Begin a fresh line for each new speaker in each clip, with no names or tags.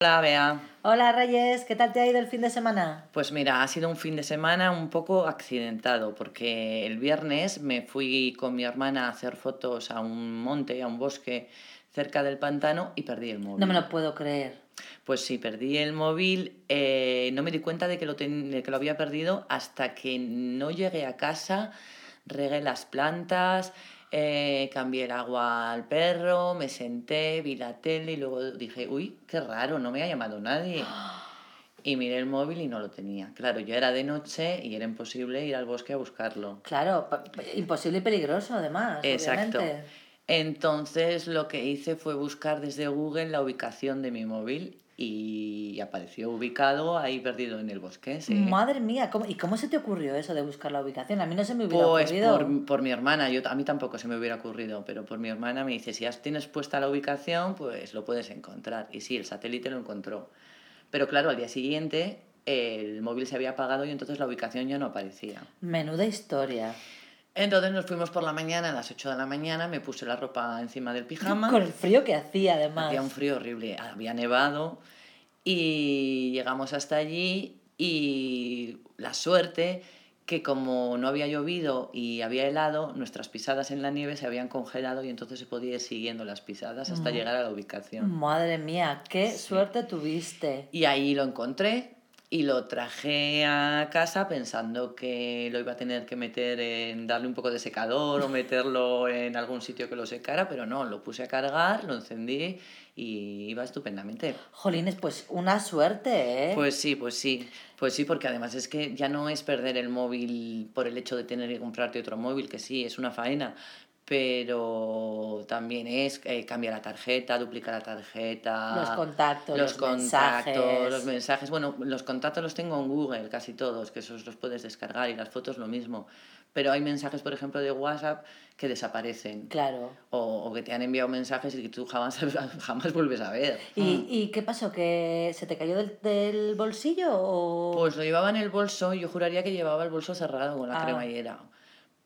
Hola, Bea.
Hola Reyes, ¿qué tal te ha ido el fin de semana?
Pues mira, ha sido un fin de semana un poco accidentado porque el viernes me fui con mi hermana a hacer fotos a un monte, a un bosque cerca del pantano y perdí el móvil.
No me lo puedo creer.
Pues sí, perdí el móvil. eh, no me di cuenta de que, lo ten- de que lo había perdido hasta que no llegué a casa, regué las plantas, eh, cambié el agua al perro, me senté, vi la tele y luego dije, uy, qué raro, no me ha llamado nadie. Y miré el móvil y no lo tenía. Claro, ya era de noche y era imposible ir al bosque a buscarlo.
Claro, pa- pa- imposible y peligroso además,
Exacto.
obviamente.
Entonces lo que hice fue buscar desde Google la ubicación de mi móvil y apareció ubicado ahí perdido en el bosque. sí.
Madre mía, ¿cómo- ¿y cómo se te ocurrió eso de buscar la ubicación? A mí no se me hubiera
Pues
ocurrido.
por, por mi hermana, yo, a mí tampoco se me hubiera ocurrido, pero por mi hermana me dice, si has, tienes puesta la ubicación, pues lo puedes encontrar. Y sí, el satélite lo encontró. Pero claro, al día siguiente el móvil se había apagado y entonces la ubicación ya no aparecía.
Menuda historia.
Entonces nos fuimos por la mañana, a las 8 de la mañana, me puse la ropa encima del pijama.
Con el frío que hacía además.
Hacía un frío horrible, había nevado y llegamos hasta allí y la suerte que como no había llovido y había helado, nuestras pisadas en la nieve se habían congelado y entonces se podía ir siguiendo las pisadas hasta llegar a la ubicación.
Madre mía, qué suerte tuviste.
Y ahí lo encontré y lo traje a casa pensando que lo iba a tener que meter en darle un poco de secador o meterlo en algún sitio que lo secara, pero no, lo puse a cargar, lo encendí y iba estupendamente.
Jolines, pues una suerte, ¿eh?
Pues sí, pues sí, pues sí, porque además es que ya no es perder el móvil por el hecho de tener que comprarte otro móvil, que sí, es una faena, pero también es eh, cambiar la tarjeta, duplicar la tarjeta.
Los contactos, los mensajes.
ah, los mensajes. Bueno, los contactos los tengo en Google, casi todos, que esos los puedes descargar y las fotos lo mismo. Pero hay mensajes, por ejemplo, de WhatsApp que desaparecen.
Claro.
O, o que te han enviado mensajes y que tú jamás, jamás vuelves a ver. Mm.
¿Y, y qué pasó? ¿Que se te cayó del, del bolsillo o...?
Pues lo llevaba en el bolso, yo juraría que llevaba el bolso cerrado con la
Ah.
cremallera.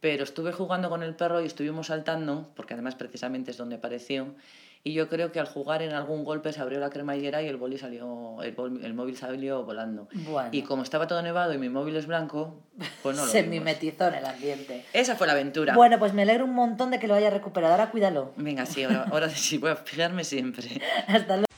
Pero estuve jugando con el perro y estuvimos saltando, porque además precisamente es donde apareció. Y yo creo que al jugar en algún golpe se abrió la cremallera y el, boli salió, el, bol- el móvil salió volando. Pues,
Bueno.
Y como estaba todo nevado y mi móvil es blanco, pues no lo
se
vimos.
mimetizó en el ambiente.
Esa fue la aventura.
Bueno, pues me alegro un montón de que lo haya recuperado. Ahora cuídalo.
Venga, sí, ahora, ahora sí, voy a fijarme siempre.
Hasta luego.